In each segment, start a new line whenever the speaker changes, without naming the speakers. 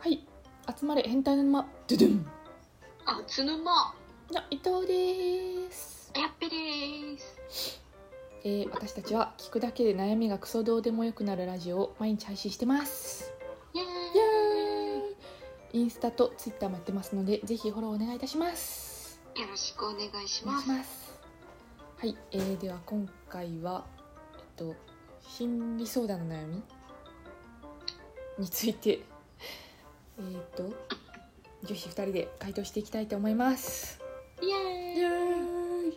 はい集まれ変態の沼ドゥドゥン
あ、つぬま。
の伊藤です
やっぺでーす。
えー、私たちは聞くだけで悩みがクソどうでもよくなるラジオを毎日配信してます
イエーイ。
イエーイインスタとツイッターもやってますのでぜひフォローお願いいたします
よろしくお願いし
お願
ま
いし
す。
ますはい、えー、では今回はえっと心理相談の悩みについてえー、っと女子2人で回答していきたいと思います
イ
イ
エーイ。
エーイ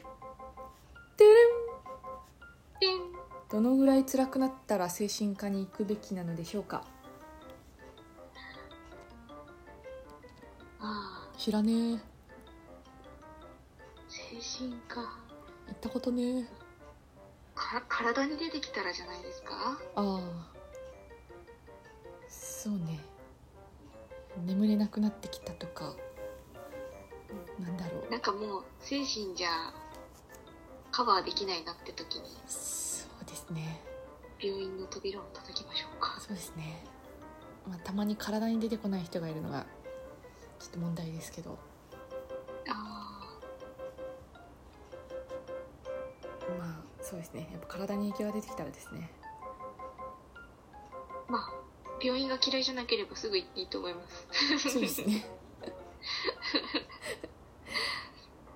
てれん
ピン
どのぐらい辛くなったら精神科に行くべきなのでしょうか
あ
知らねえ行
ー、精神科。
ったことねえ
か、体に出てきたらじゃないですか。
ああそうね眠れなくなってきたとかなんだろう
なんかもう、精神じゃ。カバーできないなって時に、
そうですね
病院の扉を叩きましょうか。
そうですね、まあ、たまに体に出てこない人がいるのがちょっと問題ですけど
あ
まあそうですねやっぱ体に影響が出てきたらですね
ー、まあ、病院が嫌いじゃなければ、すぐ行っていいと思います。
そうですね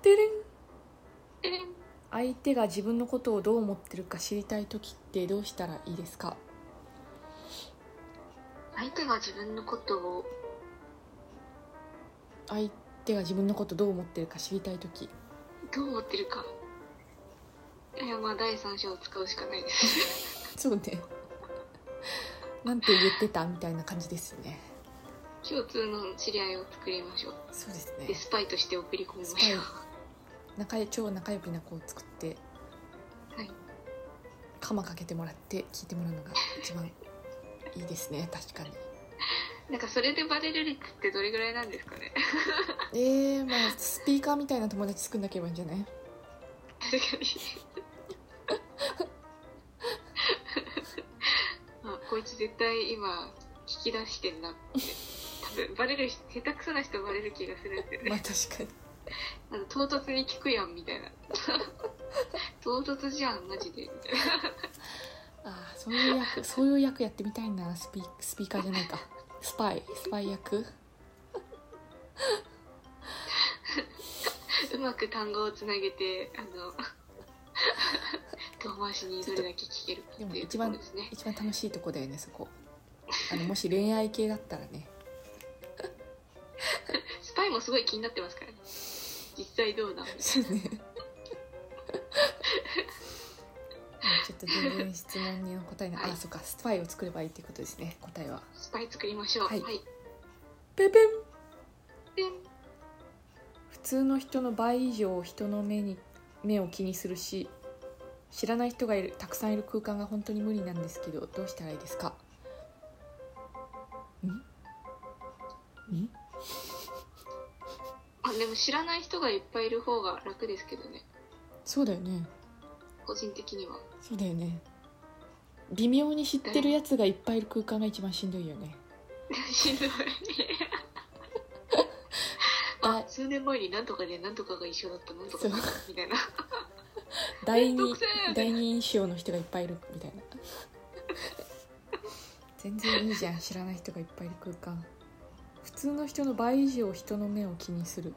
てれん
えー
相手が自分のことをどう思ってるか知りたい時ってどうしたらいいですか
相手が自分のことを、
相手が自分のことどう思ってるか知りたい時
どう思ってるか。いや、まあ、第三者を使うしかないです。
そうねなんて言ってたみたいな感じですよね
共通の知り合いを作りましょう
そうです
で
ね
スパイとして送り込みま
ス
し
パ
ょう
イ仲良い超仲良きな子を作って
はい
カマかけてもらって聞いてもらうのが一番いいですね確かに
なんかそれでバレる率ってどれぐらいなんですかね
えー、まあスピーカーみたいな友達作んなければいいんじゃない
確かにあこいつ絶対今聞き出してんなって多分バレる人下手くそな人バレる気がするんで
まあ
ね
確かに
あの唐突に聞くやんみたいな唐突じゃんマジでみたいな
ああそういう役そういう役やってみたいなスピスピーカーじゃないかスパイスパイ役
うまく単語をつなげてあの遠回しにどれだけ聞けるかっていうところですね
一番楽しいとこだよねそこあのもし恋愛系だったらね
スパイもすごい気になってますからね。実際どうなの
そうね うんちょっと全然質問にの答えない、
はい
あそっかスパイを作ればいいってことですね答えは
スパイ作りましょう。
は
はいい。
ペペン
で
普通の人の倍以上人の目に目を気にするし知らない人がいるたくさんいる空間が本当に無理なんですけどどうしたらいいですかんん
あでも知らない人がいっぱいいる方が楽ですけどね。
そうだよね
個人的には。
そうだよね微妙に知ってるやつがいっぱいいる空間が一番しんどいよね
し んどい。
だ
あ数年前になんとかでなんとかが一緒だったなんとかだったみたいな。
第
めんど
二
くせえ
第二印象の人がいっぱいいるみたい な全然いいじゃん知らない人がいっぱいいる空間普通の人の倍以上人の目を気にする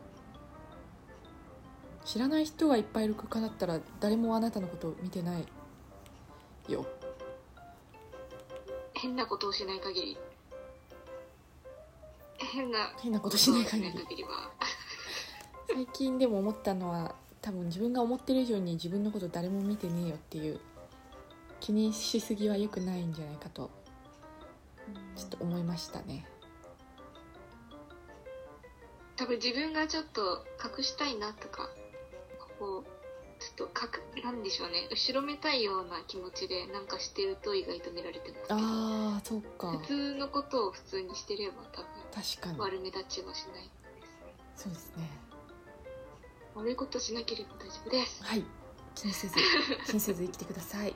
知らない人がいっぱいいる空間だったら誰もあなたのことを見てないよ
変なことをしない 限り。変な
変なことしない限り
ことをし限りは。
最近でも思ったのは多分自分が思ってる以上に自分のこと誰も見てねえよっていう気にしすぎは良くないんじゃないかとちょっと思いましたね
多分自分がちょっと隠したいなとかこうちょっと隠なんでしょうね後ろめたいような気持ちでなんかしてると意外と見られてます
あーそう
け
か
ど普通のことを普通にしてれば多
確かに
分悪目立ちはしないですね
そうですね
悪いことしなければ大丈夫です
はい気にせず 気にせず生きてください
はい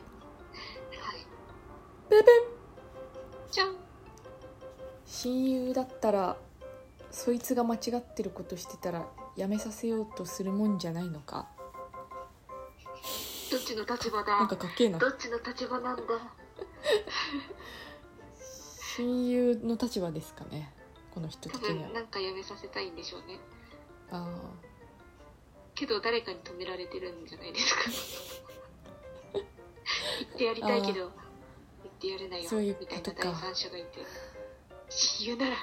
ブブン
じゃん
親友だったらそいつが間違ってることしてたらやめさせようとするもんじゃないのか
どっちの立場
なん
だ
かかっけえな
どっちの立場なんだ
親友の立場ですかねこの人
多
的に
分
は
なんかやめさせたいんでしょうね
あ
けど誰かに止められてるんじゃな いですか言ってやりたいけど言ってやれないよ
そうい
み
うこ
たい
と
な
か
第三者がいて親友なら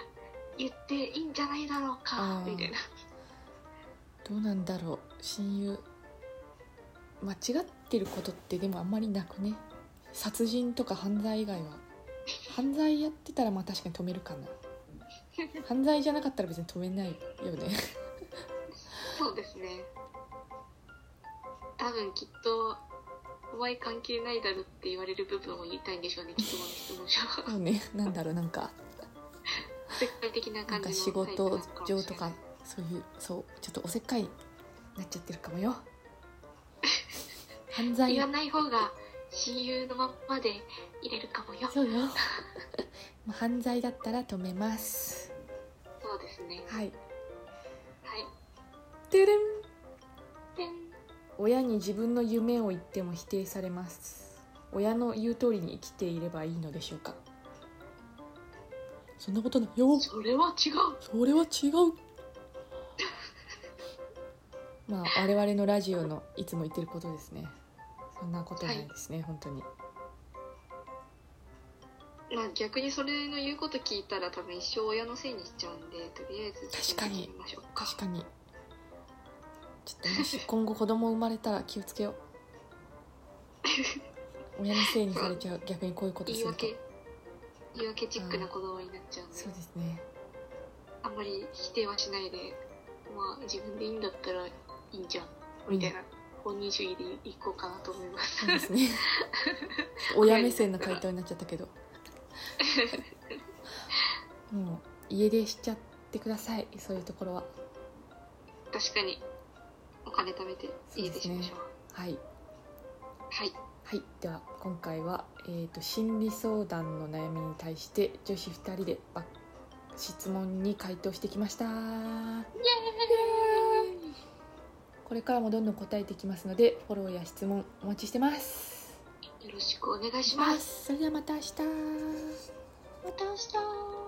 言っていいんじゃないだろう
あ
か
ー
みたいな
ーどうなんだろう親友間違ってることってでもあんまりなくね殺人とか犯罪以外は犯罪やってたらまあ確かに止めるかな犯罪じゃなかったら別に止めないよね
そうですね多分きっとお前関係ないだろって言われる部分を言いたいんでしょうねきっとこの質問 者は
そうねなんだろうなんか
世界的な
なん
感じ
か
の
仕
タイプな
事
のもしれ
上
ない
とかそういうそうちょっとおせっかいになっちゃってるかもよ犯罪
言わない方が親友のまんまでいれるかもよ
そう よまあ犯罪だったら止めます
そうですね
はい
はい
てれん
でん
親に自分の夢を言っても否定されます親の言う通りに生きていればいいのでしょうかそんなことないよ
それは違う
それは違う まあ我々のラジオのいつも言ってることですねそんなことないですね、本当に
まあ逆にそれの言うこと聞いたら多分一生親のせいにしちゃうんでとりあえず
確かに
決めましょうか
確かにちょっともし今後子供生まれたら気をつけよ う親のせいにされちゃう逆にこういうことす
言い
ると
訳言い訳チックな子供になっちゃうんで
そうですね
あんまり否定はしないでまあ自分でいいんだったらいいんじゃんみたいな本人主義でいこうかなと思いま
そ
す
うです ね親目線の回答になっちゃったけどもう家出しちゃってくださいそういうところは
確かにお金貯めて家出しましょう
はい
はい
はい、では今回は、えー、と心理相談の悩みに対して女子2人でば質問に回答してきました
イエーイ
これからもどんどん答えていきますのでフォローや質問お待ちしてます
よろしくお願いします。
それではまた明日
また明日。